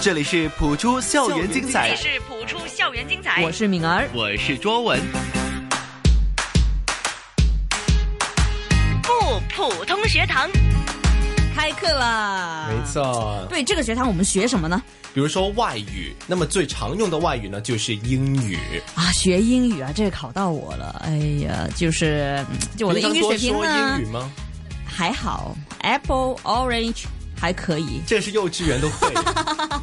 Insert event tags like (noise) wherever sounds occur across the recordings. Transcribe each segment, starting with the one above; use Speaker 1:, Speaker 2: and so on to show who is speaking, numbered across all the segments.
Speaker 1: 这里是普出校园精彩，
Speaker 2: 是谱出校园精彩。
Speaker 3: 我是敏儿，
Speaker 1: 我是卓文。
Speaker 2: 不普通学堂，
Speaker 3: 开课啦！
Speaker 4: 没。错，
Speaker 3: 对这个学堂，我们学什么呢？
Speaker 4: 比如说外语，那么最常用的外语呢就是英语。
Speaker 3: 啊，学英语啊，这个考到我了。哎呀，就是嗯就我的英语水
Speaker 4: 平
Speaker 3: 平
Speaker 4: 常多
Speaker 3: 呢
Speaker 4: 说英语吗？
Speaker 3: 还好，Apple Orange 还可以。啊
Speaker 4: 这是幼稚园都
Speaker 3: (laughs)
Speaker 4: 会。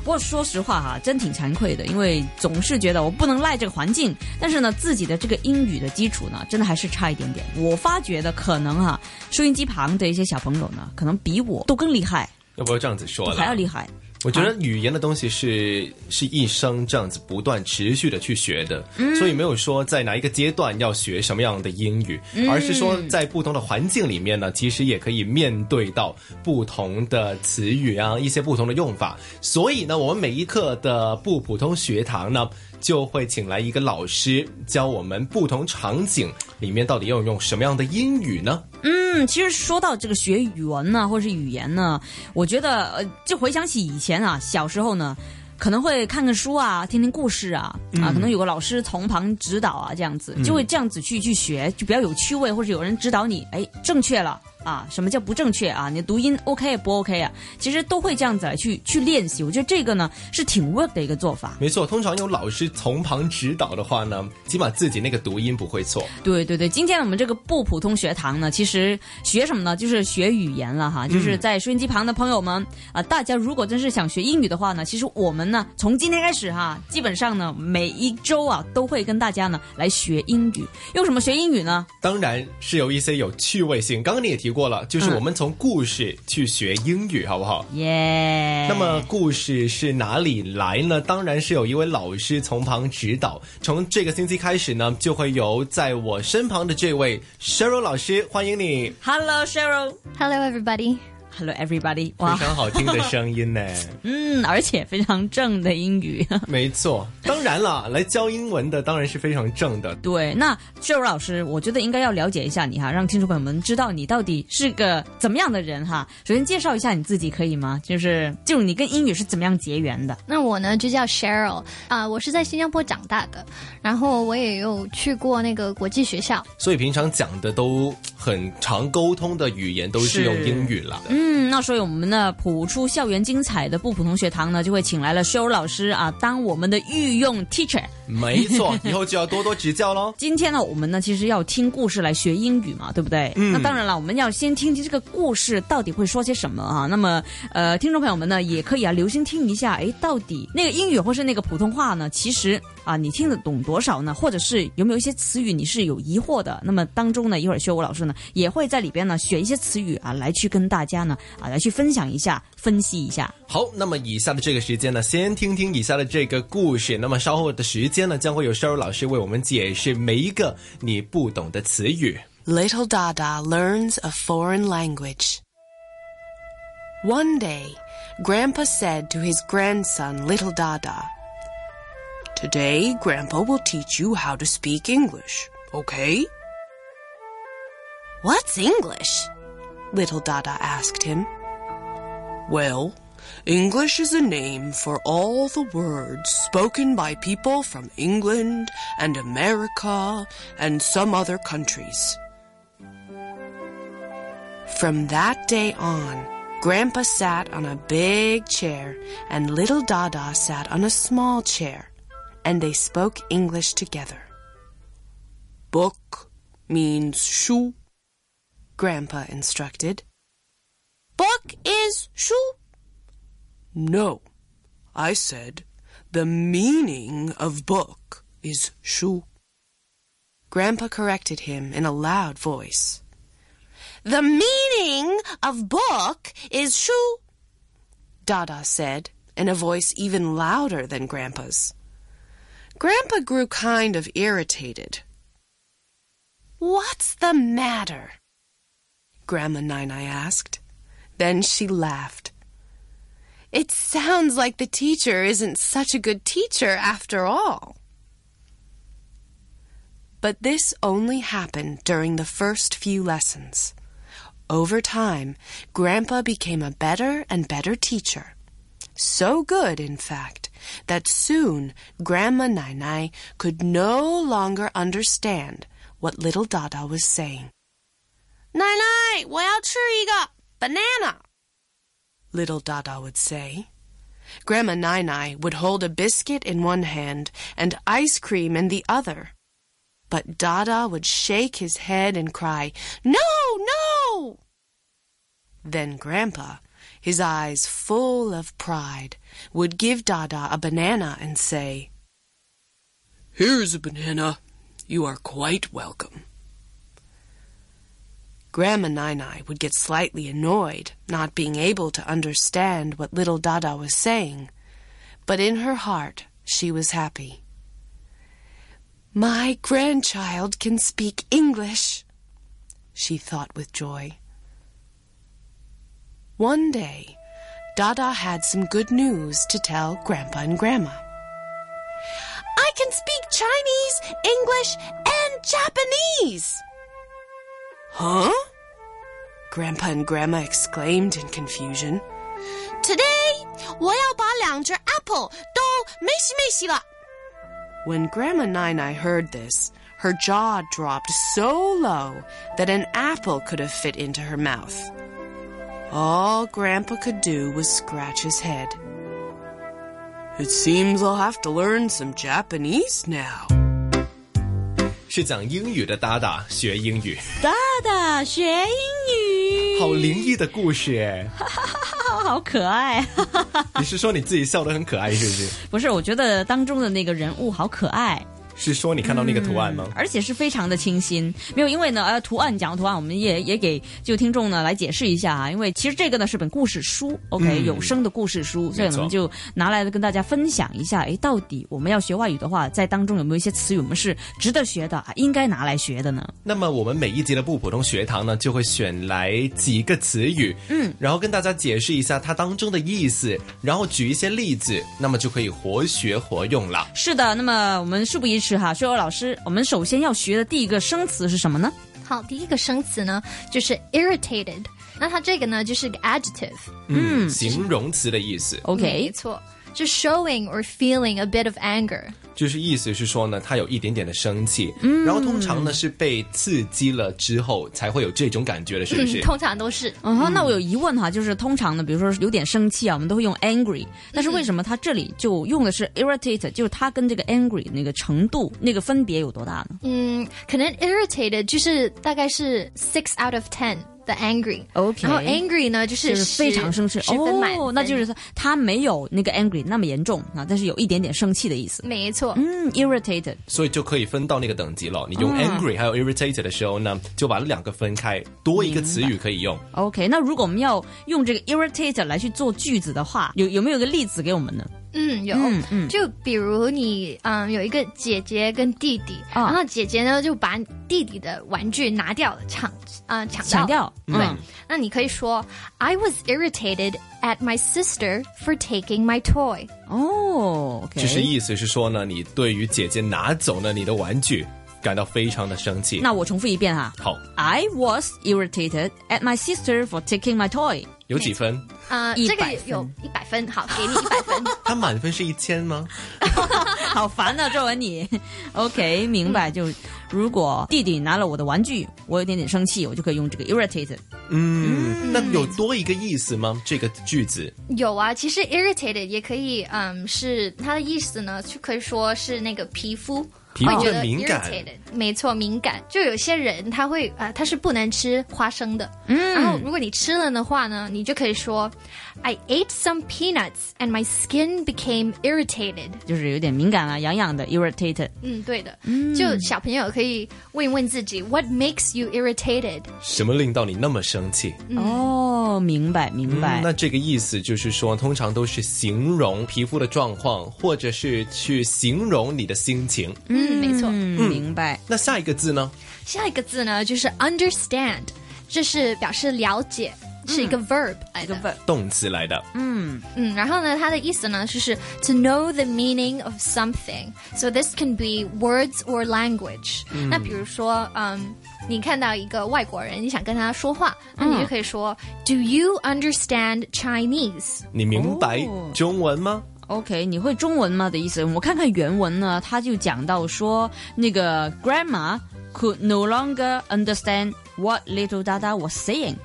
Speaker 3: 不过说实话哈、真挺惭愧的，因为总是觉得我不能赖这个环境，但是呢，自己的这个英语的基础呢，真的还是差一点点。我发觉的可能哈、收音机旁的一些小朋友呢，可能比我都更厉害，
Speaker 4: 要不要这样子说
Speaker 3: 都
Speaker 4: 了？
Speaker 3: 还要厉害。
Speaker 4: 我觉得语言的东西是是一生这样子不断持续的去学的，所以没有说在哪一个阶段要学什么样的英语，而是说在不同的环境里面呢，其实也可以面对到不同的词语啊，一些不同的用法。所以呢，我们每一课的不普通学堂呢。就会请来一个老师教我们不同场景里面到底要用什么样的英语呢？
Speaker 3: 嗯，其实说到这个学语文呢，或是语言呢，我觉得呃，就回想起以前啊，小时候呢。可能会看看书啊，听听故事啊，啊，可能有个老师从旁指导啊，这样子就会这样子去去学，就比较有趣味，或者有人指导你，哎，正确了啊，什么叫不正确啊？你读音 OK 不 OK 啊？其实都会这样子来去去练习，我觉得这个呢是挺 work 的一个做法。
Speaker 4: 没错，通常有老师从旁指导的话呢，起码自己那个读音不会错。
Speaker 3: 对对对，今天我们这个不普通学堂呢，其实学什么呢？就是学语言了哈，就是
Speaker 4: 嗯
Speaker 3: 在收音机旁的朋友们啊、大家如果真是想学英语的话呢，其实我们呢，从今天开始哈，基本上呢，每一周啊，都会跟大家呢来学英语。用什么学英语呢？
Speaker 4: 当然是有一些有趣味性。刚刚你也提过了，就是
Speaker 3: 嗯
Speaker 4: 我们从故事去学英语，好不好？
Speaker 3: 耶、
Speaker 4: 那么故事是哪里来呢？当然是有一位老师从旁指导。从这个星期开始呢，就会由在我身旁的这位 Cheryl 老师，欢迎你，
Speaker 3: ，Hello Cheryl，Hello
Speaker 5: Hello, everybody.
Speaker 3: everybody，
Speaker 4: 非
Speaker 3: 哇，
Speaker 4: 常好听的声音呢。
Speaker 3: 嗯，而且非常正的英语。
Speaker 4: 没错，当然了，来教英文的当然是非常正的。
Speaker 3: 对，那 Cheryl 老师，我觉得应该要了解一下你哈，让听众朋友们知道你到底是个怎么样的人哈。首先介绍一下你自己可以吗？就是就是你跟英语是怎么样结缘的？
Speaker 5: 那我呢就叫 Cheryl 啊、我是在新加坡长大的，然后我也有去过那个国际学校。
Speaker 4: 所以平常讲的都很常沟通的语言都
Speaker 3: 是
Speaker 4: 是用英语啦。
Speaker 3: 嗯，那所以我们的普出校园精彩的不普通学堂呢，就会请来了 Cheryl 老师啊，当我们的御用 teacher。
Speaker 4: 没错，以后就要多多指教喽。
Speaker 3: 今天呢，我们呢其实要听故事来学英语嘛，对不对？
Speaker 4: 嗯
Speaker 3: 那当然了，我们要先听听这个故事到底会说些什么啊。那么，呃，听众朋友们呢，也可以啊留心听一下，诶，到底那个英语或啊是那个普通话呢，其实啊你听得懂多少呢？或者是有没有一些词语你是有疑惑的？那么当中呢，一会儿修武老师呢也会在里边呢选一些词语啊来去跟大家呢啊来去分享一下、分析一下。
Speaker 4: 好，那么以下的这个时间呢，先听听以下的这个故事。那么稍后的时间呢，将会有 Sheryl 老师为我们解释每一个你不懂的词语。
Speaker 6: Little Dada learns a foreign language. One day, Grandpa said to his grandson, Little Dada, Today, Grandpa will teach you how to speak English, okay? What's English? Little Dada asked him. Well, English is a name for all the words spoken by people from England and America and some other countries. From that day on, Grandpa sat on a big chair and little Dada sat on a small chair, and they spoke English together. Book means shoe, Grandpa instructed. Book is shoe. No, I said the meaning of book is shoe. Grandpa corrected him in a loud voice. The meaning of book is shoe, Dada said in a voice even louder than Grandpa's. Grandpa grew kind of irritated. What's the matter? Grandma Nine Eye asked. Then she laughed. It sounds like the teacher isn't such a good teacher after all. But this only happened during the first few lessons. Over time, Grandpa became a better and better teacher. So good, in fact, that soon Grandma Nai Nai could no longer understand what little Dada was saying. Nai Nai, 我要吃一个 banana. Little Dada would say. Grandma Nai Nai would hold a biscuit in one hand and ice cream in the other. But Dada would shake his head and cry, No, no! Then Grandpa, his eyes full of pride, would give Dada a banana and say, Here's a banana. You are quite welcome. Grandma Nai Nai would get slightly annoyed, not being able to understand what little Dada was saying. But in her heart, she was happy. My grandchild can speak English, she thought with joy. One day, Dada had some good news to tell Grandpa and Grandma. I can speak Chinese, English, and Japanese. Huh? Grandpa and Grandma exclaimed in confusion. Today, 我要把两只 apple 都没洗没洗了。When Grandma Nai Nai heard this, her jaw dropped so low that an apple could have fit into her mouth. All Grandpa could do was scratch his head. It seems I'll have to learn some Japanese now.
Speaker 4: 是讲英语的达达学英语，
Speaker 3: 大大学英语，
Speaker 4: 好灵异的故事哎！
Speaker 3: 好好可爱。
Speaker 4: 你是说你自己笑得很可爱是不是？
Speaker 3: 不是，我觉得当中的那个人物好可爱，
Speaker 4: 是说你看到那个图案吗？
Speaker 3: 而且是非常的清新。没有，因为呢，呃，图案讲到图案，我们也也给就听众呢来解释一下啊。因为其实这个呢是本故事书，OK，、有声的故事书，所以呢我们就拿来跟大家分享一下。诶，哎到底我们要学外语的话，在当中有没有一些词语我们是值得学的，啊应该拿来学的呢？
Speaker 4: 那么我们每一集的不普通学堂呢，就会选来几个词语，嗯，然后跟大家解释一下它当中的意思，然后举一些例子，那么就可以活学活用了。
Speaker 3: 是的，那么我们事不宜迟哈，薛欧老师，我们首先要学的第一个生词是什么呢？
Speaker 5: 好，第一个生词呢就是 irritated，那它这个呢就是个 adjective，
Speaker 4: 嗯，形容词的意思，
Speaker 5: 没
Speaker 3: OK，
Speaker 5: 错，就 showing or feeling a bit of anger，
Speaker 4: 就是意思是说呢，他有一点点的生气，嗯，然后通常呢是被刺激了之后才会有这种感觉的，是不是？
Speaker 5: 通常都是
Speaker 3: 嗯哼，那我有疑问哈，就是通常呢，比如说有点生气啊，我们都会用 angry，但是为什么它这里就用的是 irritate，就是它跟这个 angry 那个程度那个分别有多大呢
Speaker 5: 嗯，可能 irritated 就是大概是 six out of ten 的 angry。
Speaker 3: ？OK，
Speaker 5: 然后 angry 呢，就
Speaker 3: 就是是非常生气
Speaker 5: 十分满
Speaker 3: 哦
Speaker 5: 分，
Speaker 3: 那就是说它没有那个 angry 那么严重啊，但是有一点点生气的意思。
Speaker 5: 没错，
Speaker 3: 嗯，irritated，
Speaker 4: 所以就可以分到那个等级了。你用 angry 还有 irritated 的时候呢，就把两个分开，多一个词语可以用。
Speaker 3: OK，那如果我们要用这个 irritated 来去做句子的话，有有没有一个例子给我们呢？
Speaker 5: 嗯，有，
Speaker 3: 嗯嗯
Speaker 5: 就比如你，嗯，有一个姐姐跟弟弟，
Speaker 3: 啊
Speaker 5: 然后姐姐呢就把弟弟的玩具拿掉了，抢，啊、抢到
Speaker 3: 强
Speaker 5: 了
Speaker 3: 调，嗯，
Speaker 5: 那你可以说，I was irritated at my sister for taking my toy。
Speaker 3: 哦，OK，
Speaker 4: 就是意思是说呢，你对于姐姐拿走了你的玩具感到非常的生气。
Speaker 3: 那我重复一遍哈。
Speaker 4: 好，
Speaker 3: I was irritated at my sister for taking my toy。
Speaker 4: 有几分？
Speaker 5: 啊、
Speaker 3: 100
Speaker 5: 这个
Speaker 3: 分
Speaker 5: 有一百分，好，给你一百分。
Speaker 4: 它满分是一千吗？
Speaker 3: 好烦啊，周文你。OK，明白。就如果弟弟拿了我的玩具，我有点点生气，我就可以用这个 irritated。
Speaker 4: 嗯，那有多一个意思吗？这个句子
Speaker 5: 有啊，其实 irritated 也可以，嗯，是它的意思呢，就可以说是那个皮肤。
Speaker 4: 皮肤
Speaker 5: 会觉
Speaker 4: 很
Speaker 5: 得
Speaker 4: 敏感
Speaker 5: irritated，没错，敏感。就有些人他会啊、呃他是不能吃花生的。嗯，然后如果你吃了的话呢，你就可以说，I ate some peanuts and my skin became irritated。
Speaker 3: 就是有点敏感啊，痒痒的 irritated。
Speaker 5: 嗯，对的。就小朋友可以问一问自己，What makes you irritated？
Speaker 4: 什么令到你那么生气？
Speaker 3: 哦，明白明白。
Speaker 4: 那这个意思就是说，通常都是形容皮肤的状况，或者是去形容你的心情。
Speaker 5: 嗯，没错。
Speaker 3: 嗯，明白。
Speaker 4: 那下一个字呢？
Speaker 5: 下一个字呢，就是 understand，这是表示了解，是一个 verb 来
Speaker 3: 一个
Speaker 5: 的。
Speaker 3: verb，
Speaker 4: 动词来的。
Speaker 3: 嗯
Speaker 5: 嗯，然后呢，它的意思呢就是 to know the meaning of something. So this can be words or language. 那比如说，嗯，你看到一个外国人，你想跟他说话，那你就可以说 Do you understand Chinese？
Speaker 4: 你明白
Speaker 3: 哦
Speaker 4: 中文吗？
Speaker 3: ，OK，你会中文吗的意思？我看看原文呢，他就讲到说，那个 grandma could no longer understand what little Dada was saying，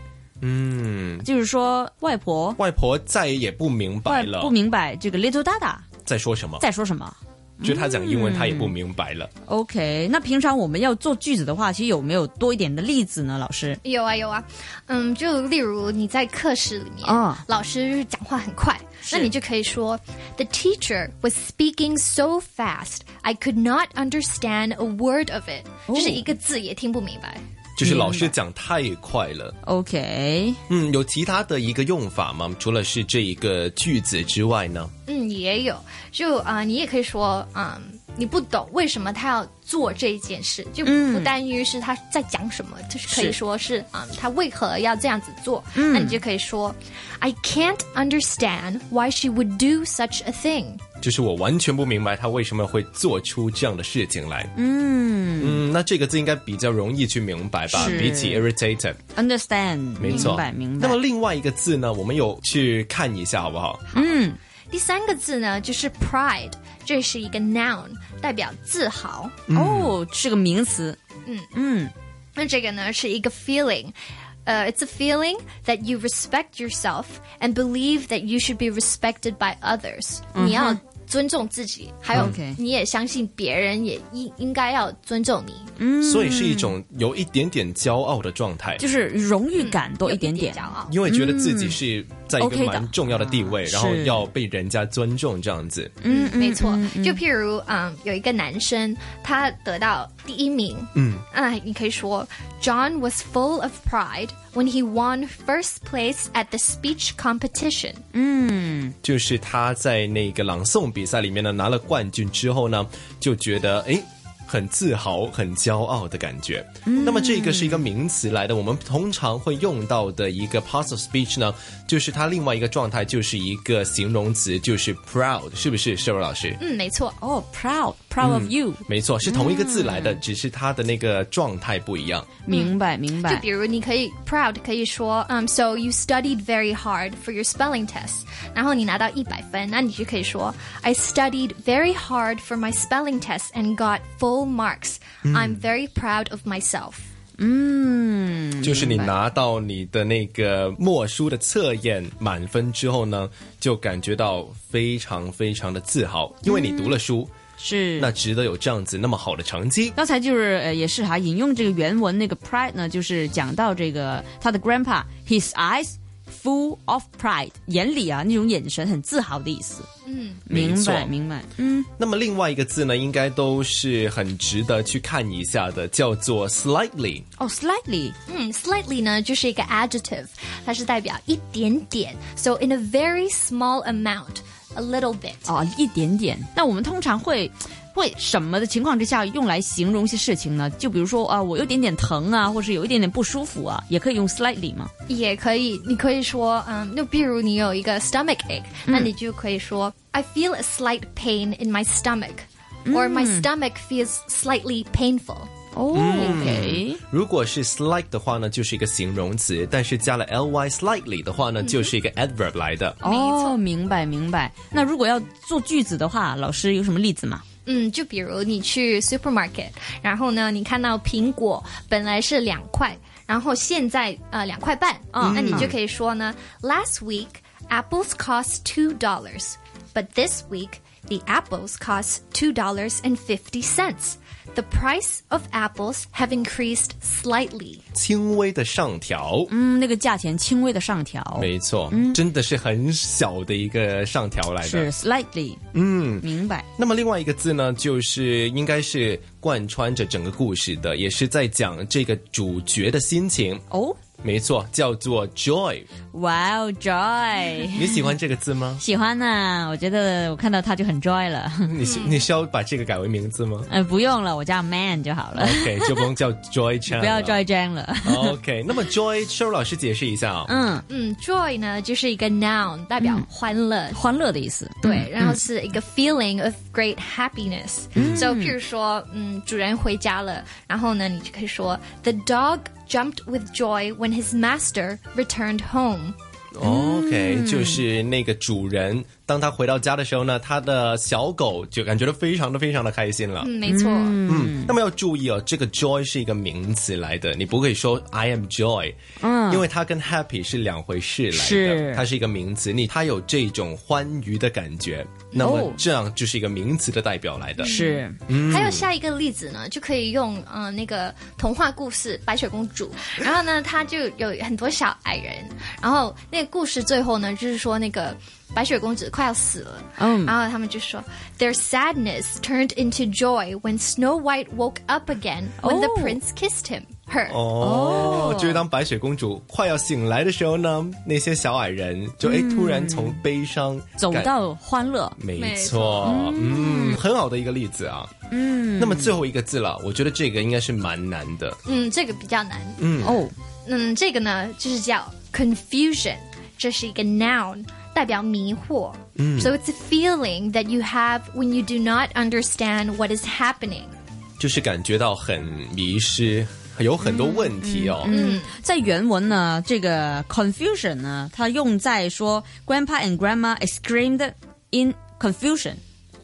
Speaker 4: 嗯，
Speaker 3: 就是说外婆
Speaker 4: 外婆再也不明白
Speaker 3: 外
Speaker 4: 了，
Speaker 3: 不明白这个 little Dada
Speaker 4: 在说什么，
Speaker 3: 在嗯说什么。
Speaker 4: 就是她讲英文，她也不明白了。
Speaker 3: OK，那平常我们要做句子的话，其实有没有多一点的例子呢？老师，
Speaker 5: 有啊有啊，嗯，就例如你在课室里面，
Speaker 3: 啊
Speaker 5: 老师讲话很快，
Speaker 3: 是
Speaker 5: 那你就可以说，The teacher was speaking so fast, I could not understand a word of it，、就是一个字也听不明白。
Speaker 4: 就是老师讲太快了。
Speaker 3: OK，
Speaker 4: 嗯，有其他的一个用法吗？除了是这一个句子之外呢？
Speaker 5: 嗯，也有，就啊、呃你也可以说，嗯、你不懂为什么他要做这件事，就不单于是他在讲什么，就是可以
Speaker 3: 是
Speaker 5: 说是啊、嗯他为何要这样子做？那你就可以说，I can't understand why she would do such a thing。
Speaker 4: 就是我完全不明白他为什么会做出这样的事情来。嗯嗯，那这个字应该比较容易去明白吧，
Speaker 3: 是
Speaker 4: 比起 irritated，
Speaker 3: Understand，
Speaker 4: 没错，
Speaker 3: 明白明
Speaker 4: 那
Speaker 3: 白
Speaker 4: 么。另外一个字呢，我们有去看一下好不好？
Speaker 5: 第三个字呢，就是 pride，这是一个 noun，代表自豪。
Speaker 4: 嗯
Speaker 3: 哦，是个名词。
Speaker 5: 嗯
Speaker 3: 嗯
Speaker 5: 那这个呢是一个 feeling。呃、i t s a feeling that you respect yourself and believe that you should be respected by others、你要尊重自己，还有
Speaker 3: OK
Speaker 5: 你也相信别人也应应该要尊重你。
Speaker 4: 所以是一种有一点点骄傲的状态，
Speaker 3: 嗯就是荣誉感多一点
Speaker 5: 有
Speaker 3: 点。
Speaker 5: 骄傲。
Speaker 4: 因为觉得自己是在一个
Speaker 3: OK 的
Speaker 4: 蛮重要的地位，
Speaker 3: 啊
Speaker 4: 然后
Speaker 3: 是
Speaker 4: 要被人家尊重这样子。
Speaker 5: 嗯，没错。就譬如，嗯，有一个男生他得到第一名，嗯，啊，你可以说 John was full of pride when he won first place at the speech competition。
Speaker 4: 就是他在那个朗诵比赛里面呢拿了冠军之后呢，就觉得诶很自豪、很骄傲的感觉。那么这个是一个名词来的，我们通常会用到的一个 parts of speech 呢，就是它另外一个状态就是一个形容词，就是 proud，是不是？是不是老师？
Speaker 5: 嗯，没错。
Speaker 3: 哦，proud，proud
Speaker 4: 嗯
Speaker 3: of you，
Speaker 4: 没错，是同一个字来的，只是它的那个状态不一样。
Speaker 3: 明白明
Speaker 5: 嗯就
Speaker 3: 白
Speaker 5: 比。如你可以 proud 可以说，嗯、s o you studied very hard for your spelling test，然后你拿到一百分，那你就可以说，I studied very hard for my spelling test and got full marks. I'm very proud of myself.
Speaker 3: 嗯，
Speaker 4: 就是你
Speaker 3: 明白
Speaker 4: 拿到你的那个默书的测验满分之后呢，就感觉到非常非常的自豪，因为你读了书，
Speaker 3: 嗯是
Speaker 4: 那值得有这样子那么好的成绩。
Speaker 3: 刚才就是呃，也是哈，引用这个原文那个 pride 呢，就是讲到这个他的 grandpa，his eyes full of pride，眼里啊那种眼神很自豪的意思。嗯，
Speaker 4: 没
Speaker 3: 明
Speaker 4: 错
Speaker 3: 白明白。
Speaker 4: 那么另外一个字呢，应该都是很值得去看一下的，叫做 slightly。
Speaker 3: 哦，slightly，
Speaker 5: 嗯，slightly 呢就是一个 adjective，它是代表一点点，so in a very small amount，a little bit。
Speaker 3: 哦，一点点。那我们通常会会什么的情况之下用来形容一些事情呢？就比如说啊，我有点点疼啊，或是有一点点不舒服啊，也可以用 slightly 嘛。
Speaker 5: 也可以，你可以说，嗯，那比如你有一个 stomach ache，、那你就可以说，I feel a slight pain in my stomach，、or my stomach feels slightly painful。
Speaker 3: 哦、o k
Speaker 4: 如果是 slight 的话呢，就是一个形容词，但是加了 ly slightly 的话呢，就是一个 adverb 来的。
Speaker 3: 嗯哦，明白明白。那如果要做句子的话，老师有什么例子吗？
Speaker 5: 嗯，就比如你去 supermarket，然后呢，你看到苹果本来是两块，然后现在呃两块半，啊，那你就可以说呢，Last week apples cost two dollars, but this week the apples cost two dollars and fifty cents. The price of apples have increased slightly.
Speaker 4: 轻微的上调，
Speaker 3: 嗯，那个价钱轻微的上调，
Speaker 4: 没错，真的是很小的一个上调来的。
Speaker 3: 是 slightly。嗯，明白。
Speaker 4: 那么另外一个字呢，就是应该是贯穿着整个故事的，也是在讲这个主角的心情。
Speaker 3: 哦，
Speaker 4: 没错，叫做 joy。
Speaker 3: 哇哦，joy，
Speaker 4: 你喜欢这个字
Speaker 3: (laughs)
Speaker 4: 吗？
Speaker 3: 喜欢呢、我觉得我看到他就很 joy 了。 (laughs)
Speaker 4: 你是你是要把这个改为名字吗
Speaker 3: 嗯、不用了，我叫 man 就好了，
Speaker 4: ？OK，就不用叫 Joy Chan，
Speaker 3: 嗯不要
Speaker 4: 了
Speaker 3: joy jam 了。
Speaker 4: 嗯 OK，那么
Speaker 3: (laughs)
Speaker 4: Joy，收老师解释一下啊、
Speaker 3: 嗯，
Speaker 5: 嗯，joy 呢就是一个 noun，代表欢乐。
Speaker 3: 欢乐的意思。
Speaker 5: 对，然后是一个 feeling of great happiness。so, 譬如说，嗯，主人回家了，然后呢，你就可以说，the dog jumped with joy when his master returned home。
Speaker 4: OK，、就是
Speaker 3: 嗯
Speaker 4: 那个主人，当他回到家的时候呢，他的小狗就感觉到非常的非常的开心了。
Speaker 5: 嗯，没错。
Speaker 4: 嗯，那么要注意哦，这个 joy 是一个名词来的，你不可以说 I am joy，嗯，因为它跟 happy 是两回事来的，
Speaker 3: 是
Speaker 4: 它是一个名词，你它有这种欢愉的感觉，那么
Speaker 3: 哦
Speaker 4: 这样就是一个名词的代表来的。
Speaker 3: 是，
Speaker 5: 还有下一个例子呢，就可以用嗯、呃那个童话故事《白雪公主》， (laughs) 然后呢，她就有很多小矮人，然后那个故事最后呢，就是说那个白雪公主快要死了，
Speaker 3: 嗯
Speaker 5: 然后他们就说，Their sadness turned into joy when Snow White woke up again when the
Speaker 3: 哦
Speaker 5: prince kissed him her。
Speaker 4: 哦，就是当白雪公主快要醒来的时候呢，那些小矮人就哎、突然从悲伤
Speaker 3: 走
Speaker 4: 感
Speaker 3: 到欢乐。
Speaker 4: 没
Speaker 5: 没
Speaker 4: 错，嗯，很好的一个例子啊。嗯，那么最后一个字了，我觉得这个应该是蛮难的。
Speaker 5: 嗯，这个比较难。
Speaker 3: 哦，
Speaker 5: 嗯，这个呢就是叫 confusion，这是一个 noun，代表迷惑。嗯，so it's a feeling that you have when you do not understand what is happening。
Speaker 4: 就是感觉到很迷失，有很多问题哦。
Speaker 3: 嗯，在原文呢，这个 confusion 呢，它用在说 grandpa and grandma exclaimed in confusion。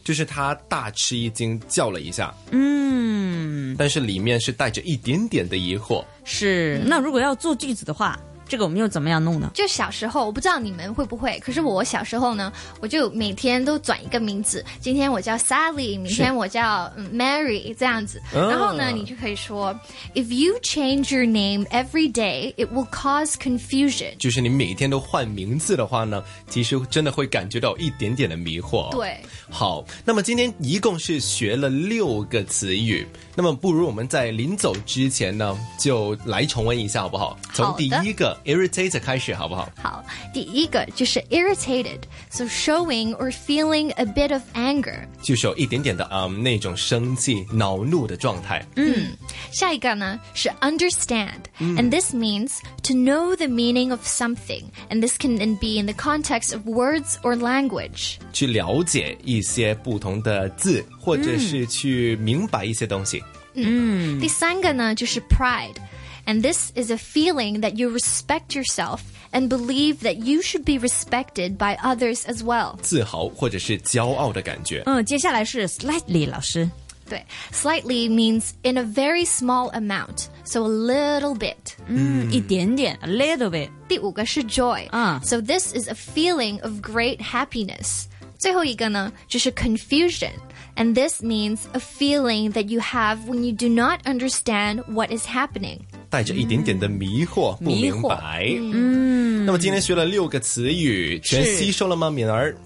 Speaker 4: 就是他大吃一惊，叫了一下，
Speaker 3: 嗯，
Speaker 4: 但是里面是带着一点点的疑惑。嗯
Speaker 3: 是。那如果要做句子的话，这个我们又怎么样弄呢？
Speaker 5: 就小时候，我不知道你们会不会，可是我小时候呢，我就每天都转一个名字，今天我叫 Sally，明天我叫嗯 Mary 这样子。
Speaker 4: 哦
Speaker 5: 然后呢，你就可以说，If you change your name every day, it will cause confusion。
Speaker 4: 就是你每天都换名字的话呢，其实真的会感觉到一点点的迷惑、哦。
Speaker 5: 对，
Speaker 4: 好，那么今天一共是学了六个词语，那么不如我们在临走之前呢，就来重温一下好不好？从
Speaker 5: 好
Speaker 4: 第
Speaker 5: 的
Speaker 4: 一个 irritate 开始好不好？
Speaker 5: 好，第一个就是 irritated，so showing or feeling a bit of anger。
Speaker 4: 就是有一点点的嗯那种生气、恼怒的状态。
Speaker 5: 下一个呢是 understand，and、this means to know the meaning of something，and this can then be in the context of words or language。
Speaker 4: 去了解一些不同的字，或者是去明白一些东西。
Speaker 5: 第三个呢就是 pride，and this is a feeling that you respect yourself and believe that you should be respected by others as well。
Speaker 4: 自豪或者是骄傲的感觉，
Speaker 3: 嗯，接下来是 slightly 老师。
Speaker 5: 对，slightly means in a very small amount，so a little bit。
Speaker 3: 嗯，一点点，a little bit。
Speaker 5: 第五个是 joy，
Speaker 3: 啊。
Speaker 5: so this is a feeling of great happiness. 最后一个呢，就是 confusion, and this means a feeling that you have when you do not understand what is happening.
Speaker 4: 带着一点点的迷惑，不
Speaker 3: 迷惑
Speaker 4: 明白。嗯，那么今天学了六个词语，全
Speaker 3: 是
Speaker 4: 吸收了吗？敏儿，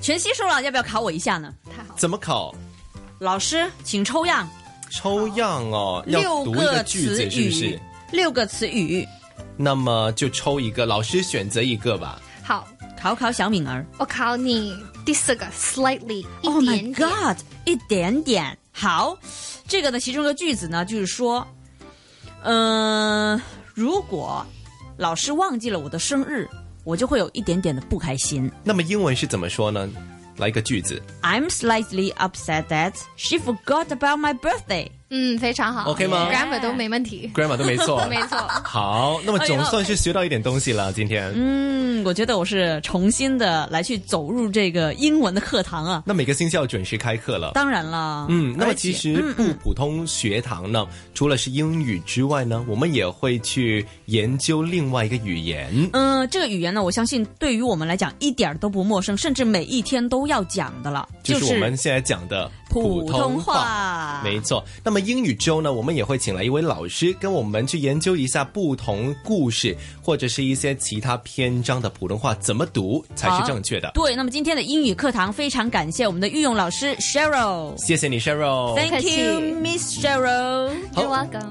Speaker 3: 全吸收了，要不要考我一下呢？
Speaker 4: 怎么考？
Speaker 3: 老师，请抽样
Speaker 4: 抽样哦，要
Speaker 3: 六
Speaker 4: 读一个句
Speaker 3: 词
Speaker 4: 子是
Speaker 3: 语，
Speaker 4: 不是？
Speaker 3: 六个词语，
Speaker 4: 那么就抽一个，老师选择一个吧。
Speaker 3: 考考小敏儿。
Speaker 5: 好，我考你第四个 slightly
Speaker 3: Oh my god！一点点。好，这个的其中一个句子呢，就是说，嗯、如果老师忘记了我的生日，我就会有一点点的不开心。
Speaker 4: 那么英文是怎么说呢？来一个句
Speaker 3: (laughs)
Speaker 4: 子
Speaker 3: I'm slightly upset that she forgot about my birthday。
Speaker 5: 嗯，非常好
Speaker 4: OK 吗？
Speaker 5: ？grammar 都没问题，
Speaker 4: ，grammar 都没
Speaker 3: (laughs)
Speaker 4: 错，
Speaker 5: 没错。
Speaker 4: 好，那么总算是学到一点东西了。今天，
Speaker 3: 哎嗯，我觉得我是重新的来去走入这个英文的课堂啊。
Speaker 4: 那每个星期要准时开课了。
Speaker 3: 当然了，
Speaker 4: 嗯，那么
Speaker 3: 而且
Speaker 4: 其实不普通学堂呢，除了是英语之外呢，我们也会去研究另外一个语言。
Speaker 3: 嗯，这个语言呢，我相信对于我们来讲一点儿都不陌生，甚至每一天都要讲的了，
Speaker 4: 就是我
Speaker 3: 是
Speaker 4: 们现在讲的
Speaker 3: 普
Speaker 4: 通
Speaker 3: 通话
Speaker 4: 没错。那么英语周呢，我们也会请来一位老师跟我们去研究一下不同故事或者是一些其他篇章的普通话怎么读才是
Speaker 3: 好
Speaker 4: 正确的。
Speaker 3: 对。那么今天的英语课堂非常感谢我们的御用老师 Cheryl。
Speaker 4: 谢谢你，Cheryl。
Speaker 3: Thank
Speaker 5: 客气
Speaker 3: you, Miss Cheryl.
Speaker 5: You're welcome.